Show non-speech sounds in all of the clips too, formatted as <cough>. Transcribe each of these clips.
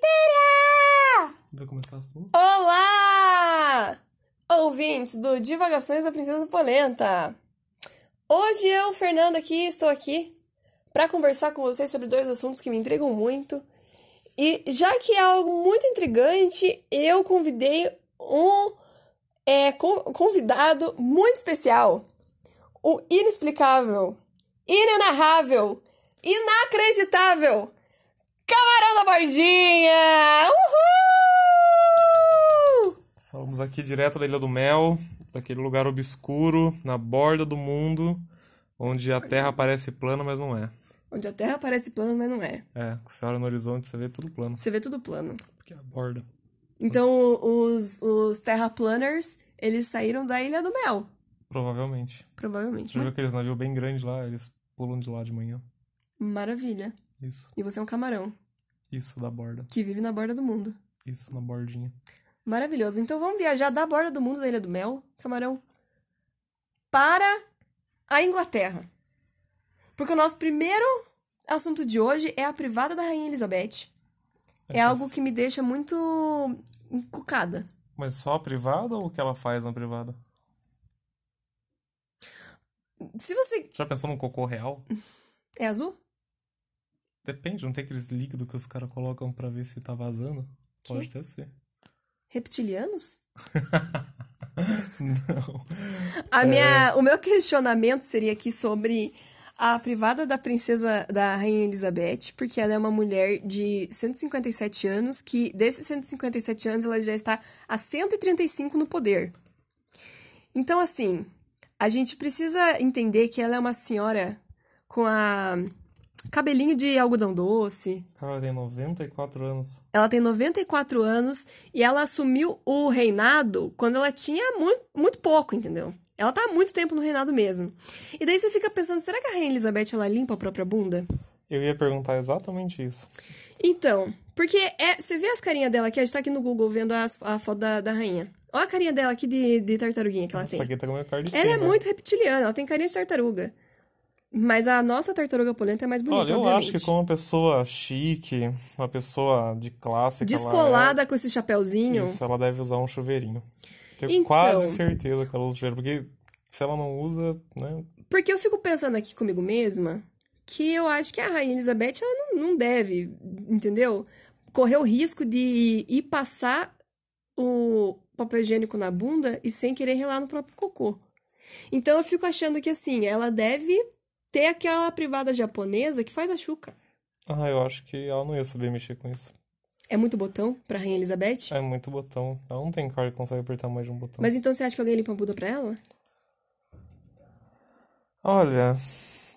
Bactéria! Vai começar assim? Olá! Ouvintes do Divagações da Princesa Polenta! Hoje eu, Fernanda, aqui estou aqui para conversar com vocês sobre dois assuntos que me intrigam muito. E já que é algo muito intrigante, eu convidei um é, con- convidado muito especial. O inexplicável, inenarrável, inacreditável Camarão da É Bordinha! Uhul! Falamos aqui direto da Ilha do Mel, daquele lugar obscuro, na borda do mundo, onde a Terra parece plana, mas não é. Onde a Terra parece plana, mas não é. É, você olha no horizonte, você vê tudo plano, Você vê tudo plano. porque é a borda. Então, os, os terraplaners, eles saíram da Ilha do Mel, Provavelmente. provavelmente. Você já viu aqueles navios bem grandes lá, eles pulam de lá de manhã. Maravilha. Isso, E você é um camarão isso da borda, que vive na borda do mundo. isso na bordinha. Maravilhoso. Então, vamos viajar da borda do mundo da Ilha do Mel, camarão, para a Inglaterra. Porque o nosso primeiro assunto de hoje é a privada da Rainha Elizabeth. É algo que me deixa muito encucada. Mas só a privada ou o que ela faz na privada? Se você. Já pensou num cocô <laughs> real? É azul? Depende, não tem aqueles líquidos que os caras colocam pra ver se tá vazando? Pode até ser. <laughs> Reptilianos? Não. A minha, o meu questionamento seria aqui sobre a privada da princesa da Rainha Elizabeth, porque ela é uma mulher de 157 anos, que desses 157 anos ela já está a 135 no poder. Então, assim, a gente precisa entender que ela é uma senhora com a cabelinho de algodão doce. Cara, ela tem 94 anos. Ela tem 94 anos e ela assumiu o reinado quando ela tinha muito, muito pouco, entendeu? Ela tá há muito tempo no reinado mesmo. E daí você fica pensando, será que a Rainha Elizabeth ela limpa a própria bunda? Eu ia perguntar exatamente isso. Então, porque é, você vê as carinhas dela aqui, a gente tá aqui no Google vendo as- a foto da, da rainha. Olha a carinha dela aqui de, de tartaruguinha que ela Nossa, tem. aqui tá com a minha cara de Ela é quem, né? muito reptiliana, ela tem carinha de tartaruga. Mas a nossa tartaruga polenta é mais bonita, Olha, eu obviamente. acho que como uma pessoa chique, uma pessoa de classe que ela é, Descolada com esse chapéuzinho. isso, ela deve usar um chuveirinho. Tenho Então. quase certeza que ela usa chuveiro, porque se ela não usa, né? Porque eu fico pensando aqui comigo mesma que eu acho que a Rainha Elizabeth ela não, não deve, entendeu? Correr o risco de ir passar o papel higiênico na bunda e sem querer relar no próprio cocô. Então eu fico achando que assim, ela deve ter aquela privada japonesa que faz a chuca. Ah, eu acho que ela não ia saber mexer com isso. É muito botão pra Rainha Elizabeth? É muito botão. Ela não tem cara que consegue apertar mais de um botão. Mas então você acha que alguém limpa a bunda pra ela? Olha,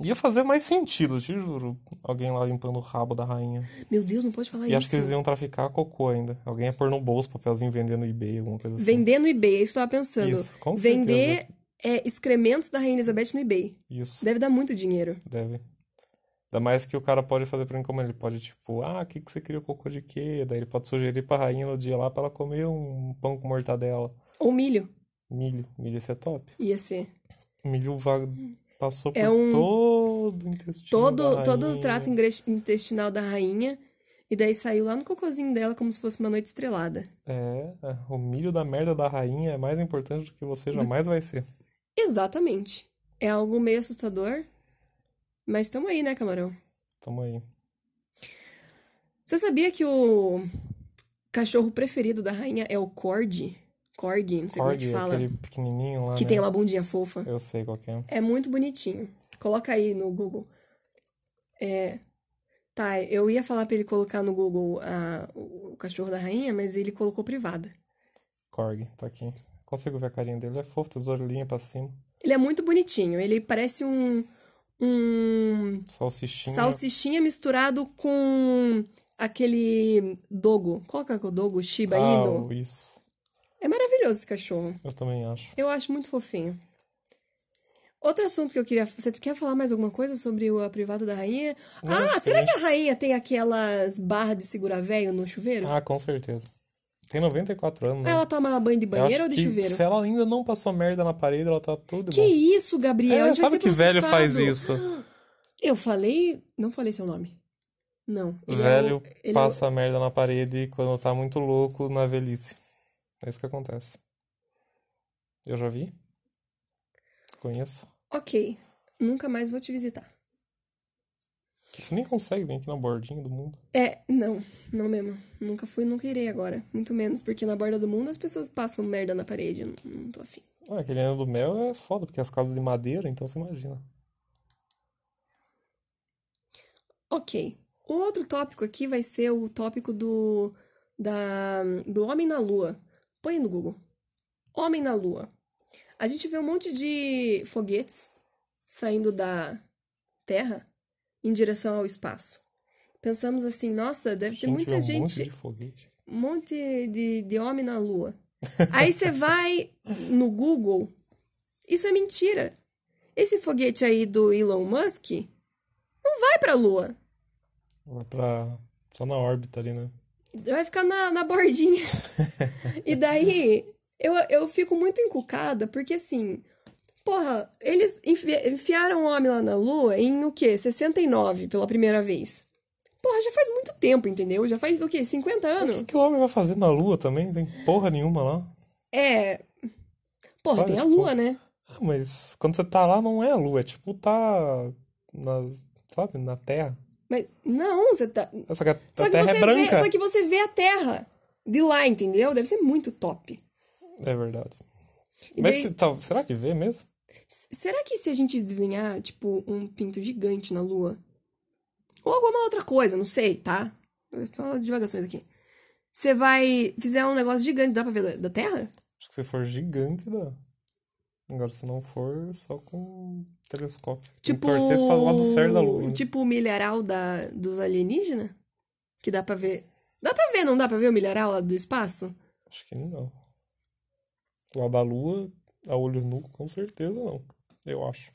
ia fazer mais sentido, te juro. Alguém lá limpando o rabo da rainha. Meu Deus, não pode falar E isso. acho que eles iam traficar cocô ainda. Alguém ia pôr no bolso papelzinho vendendo no eBay, alguma coisa assim. Vender no eBay, é isso que eu tava pensando. Isso, com certeza. Vender é, excrementos da Rainha Elizabeth no eBay. Isso, Deve dar muito dinheiro. deve. Ainda mais que o cara pode fazer pra mim como ele pode, tipo, ah, o que, que você queria cocô de quê? Daí ele pode sugerir pra rainha no dia lá pra ela comer um pão com mortadela. Ou milho. Milho, milho esse é top. Ia ser. Milho vago passou É por um- todo o intestino Todo, da todo o rainha. trato ingre- intestinal da rainha. E daí saiu lá no cocôzinho dela como se fosse uma noite estrelada. É, é, o milho da merda da rainha é mais importante do que você jamais vai ser. Exatamente. É algo meio assustador. Mas tamo aí, né, camarão? Tamo aí. Você sabia que o cachorro preferido da rainha é o Corgi? Corgi, não sei como é que Korg, fala. aquele pequenininho lá, Que né? tem uma bundinha fofa. Eu sei qual que é. É muito bonitinho. Coloca aí no Google. É. Tá, eu ia falar pra ele colocar no Google ah, o o cachorro da rainha, mas ele colocou privada. Korg, tá aqui. Consigo ver a carinha dele. É fofo, os orelhinhas pra cima. Ele é muito bonitinho. Ele parece um, um Salsichinha. salsichinha misturado com aquele dogo. Qual que é o dogo? Shiba Inu. Ah, isso. É maravilhoso esse cachorro. Eu também acho. Eu acho muito fofinho. Outro assunto que eu queria. Você quer falar mais alguma coisa sobre o- a privada da rainha? Não, ah, acho que será a que a rainha tem aquelas barras de segurar velho no chuveiro? Ah, com certeza. Tem 94 anos, Ah, né? ela toma banho de Eu banheiro acho ou de que é chuveiro? Se ela ainda não passou merda na parede, ela tá tudo Que igual. isso, Gabriel? A É, gente vai sabe ser que velho faz processado. isso? Eu falei. Não falei seu nome. Não. Ele é Velho o, ele passa a merda na parede quando tá muito louco na velhice. É isso que acontece. Eu já vi. Conheço. é o... Ok. Nunca mais vou te visitar. Você nem consegue vir aqui na bordinha do mundo. É, não. Não mesmo. Nunca fui, nunca irei agora. Muito menos, porque na borda do mundo as pessoas passam merda na parede. Eu não, não tô afim. Ah, aquele ano do mel é foda, porque as casas de madeira, então você imagina. Ok. O outro tópico aqui vai ser o tópico do, da, do Homem na Lua. Põe no Google. Homem na Lua. A gente vê um monte de foguetes saindo da Terra em direção ao espaço. Pensamos assim, nossa, deve ter Gente, muita é um monte gente, de foguete. um monte de, de homem na <laughs> Lua. Aí você vai no Google, isso é mentira. Esse foguete aí do Elon Musk não vai pra Lua. Lá pra... Só na órbita ali, né? Vai ficar na, na <laughs> bordinha. E daí, eu, eu fico muito encucada, porque assim, porra, eles enfi- enfiaram o homem lá na Lua em o quê? 69, pela primeira vez. Porra, já faz muito tempo, entendeu? Já faz o quê? 50 O que anos? que o homem vai fazer na lua também? Tem porra nenhuma lá. É. Porra, Olha, tem a pô. Lua, né? Ah, mas quando você tá lá não é a lua, é tipo tá na, sabe, na terra. Mas não, você tá. Ah, Só que a, Só a que, terra você é vê, branca. só que você vê a Terra de lá, entendeu? Deve ser muito top. É verdade. E Mas daí- se- tá- será que vê mesmo? S- Será que se a gente desenhar, tipo, um pinto gigante na lua? Ou alguma outra coisa, não sei, tá? É Só divagações aqui. Você vai. Fizer um negócio gigante, dá pra ver da, da Terra? Acho que se for gigante dá. Agora se não for, só com telescópio. Tem que Tipo. torcer pra lá do céu da lua. ainda. Tipo o milharal da, dos alienígenas? Que dá pra ver. Dá pra ver, não dá pra ver o milharal lá do espaço? Acho que não. Lá da lua, a olho nu, com certeza não. Eu acho.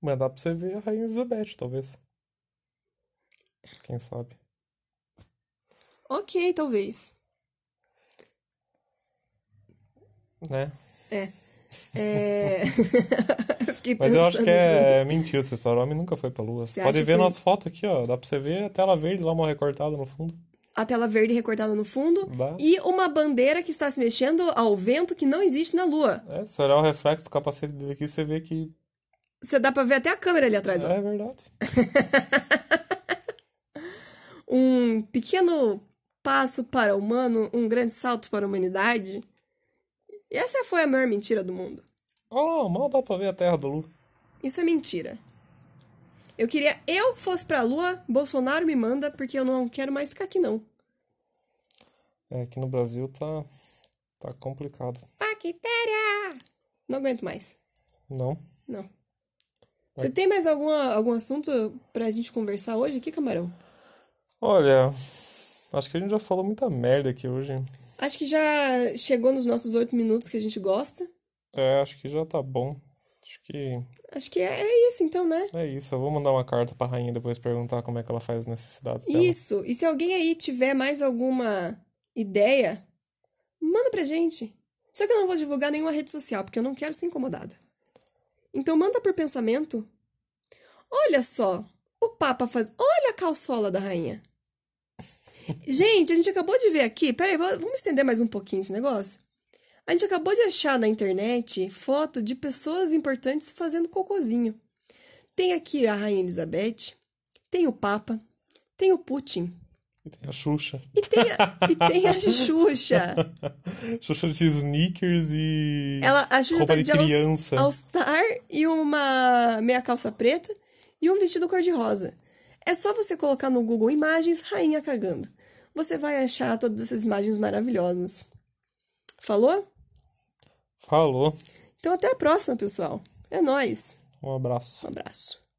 Mas dá pra você ver a Rainha Elizabeth, talvez. Quem sabe? Ok, talvez. Né? É. <laughs> Eu fiquei Mas eu acho pensando <laughs> que é mentira essa história. O homem nunca foi pra lua. Você Pode acha ver que- nas fotos aqui, ó. Dá pra você ver a tela verde lá, uma recortada no fundo. A tela verde recortada no fundo. Dá. E uma bandeira que está se mexendo ao vento que não existe na lua. É, se olhar o reflexo do capacete dele aqui, você vê que Você dá pra ver até a câmera ali atrás, ó. é verdade. Um pequeno passo para o humano, um grande salto para a humanidade. E essa foi a maior mentira do mundo. Olha lá, mal dá pra ver a terra da lua. Isso é mentira. Eu queria eu fosse pra lua, Bolsonaro me manda, porque eu não quero mais ficar aqui, não. É, aqui no Brasil tá, tá complicado. Bactéria! Não aguento mais. Não? Não. Você tem mais alguma, algum assunto pra gente conversar hoje aqui, camarão? Olha, acho que a gente já falou muita merda aqui hoje. Acho que já chegou nos nossos oito minutos que a gente gosta. É, acho que já tá bom. Acho que Acho que é, é isso, então, né? é isso. Eu vou mandar uma carta pra rainha depois perguntar como é que ela faz as necessidades dela. Isso. E se alguém aí tiver mais alguma ideia, manda pra gente. Só que eu não vou divulgar nenhuma rede social, porque eu não quero ser incomodada. Então manda por pensamento. Olha só, o Papa faz. Olha a calçola da rainha. Gente, a gente acabou de ver aqui. Peraí, va- vamos estender mais um pouquinho esse negócio? A gente acabou de achar na internet foto de pessoas importantes fazendo cocôzinho. Tem aqui a Rainha Elizabeth, tem o Papa, tem o Putin. E tem a Xuxa. E tem a, e tem a <laughs> Xuxa. Xuxa de sneakers e Ela, a Xuxa roupa tá de de all- criança. All-Star e uma meia calça preta e um vestido cor-de-rosa. É só você colocar no Google Imagens Rainha Cagando. Você vai achar todas essas imagens maravilhosas. Falou? Falou. Então até a próxima, pessoal. É nóis. Um abraço. Um abraço.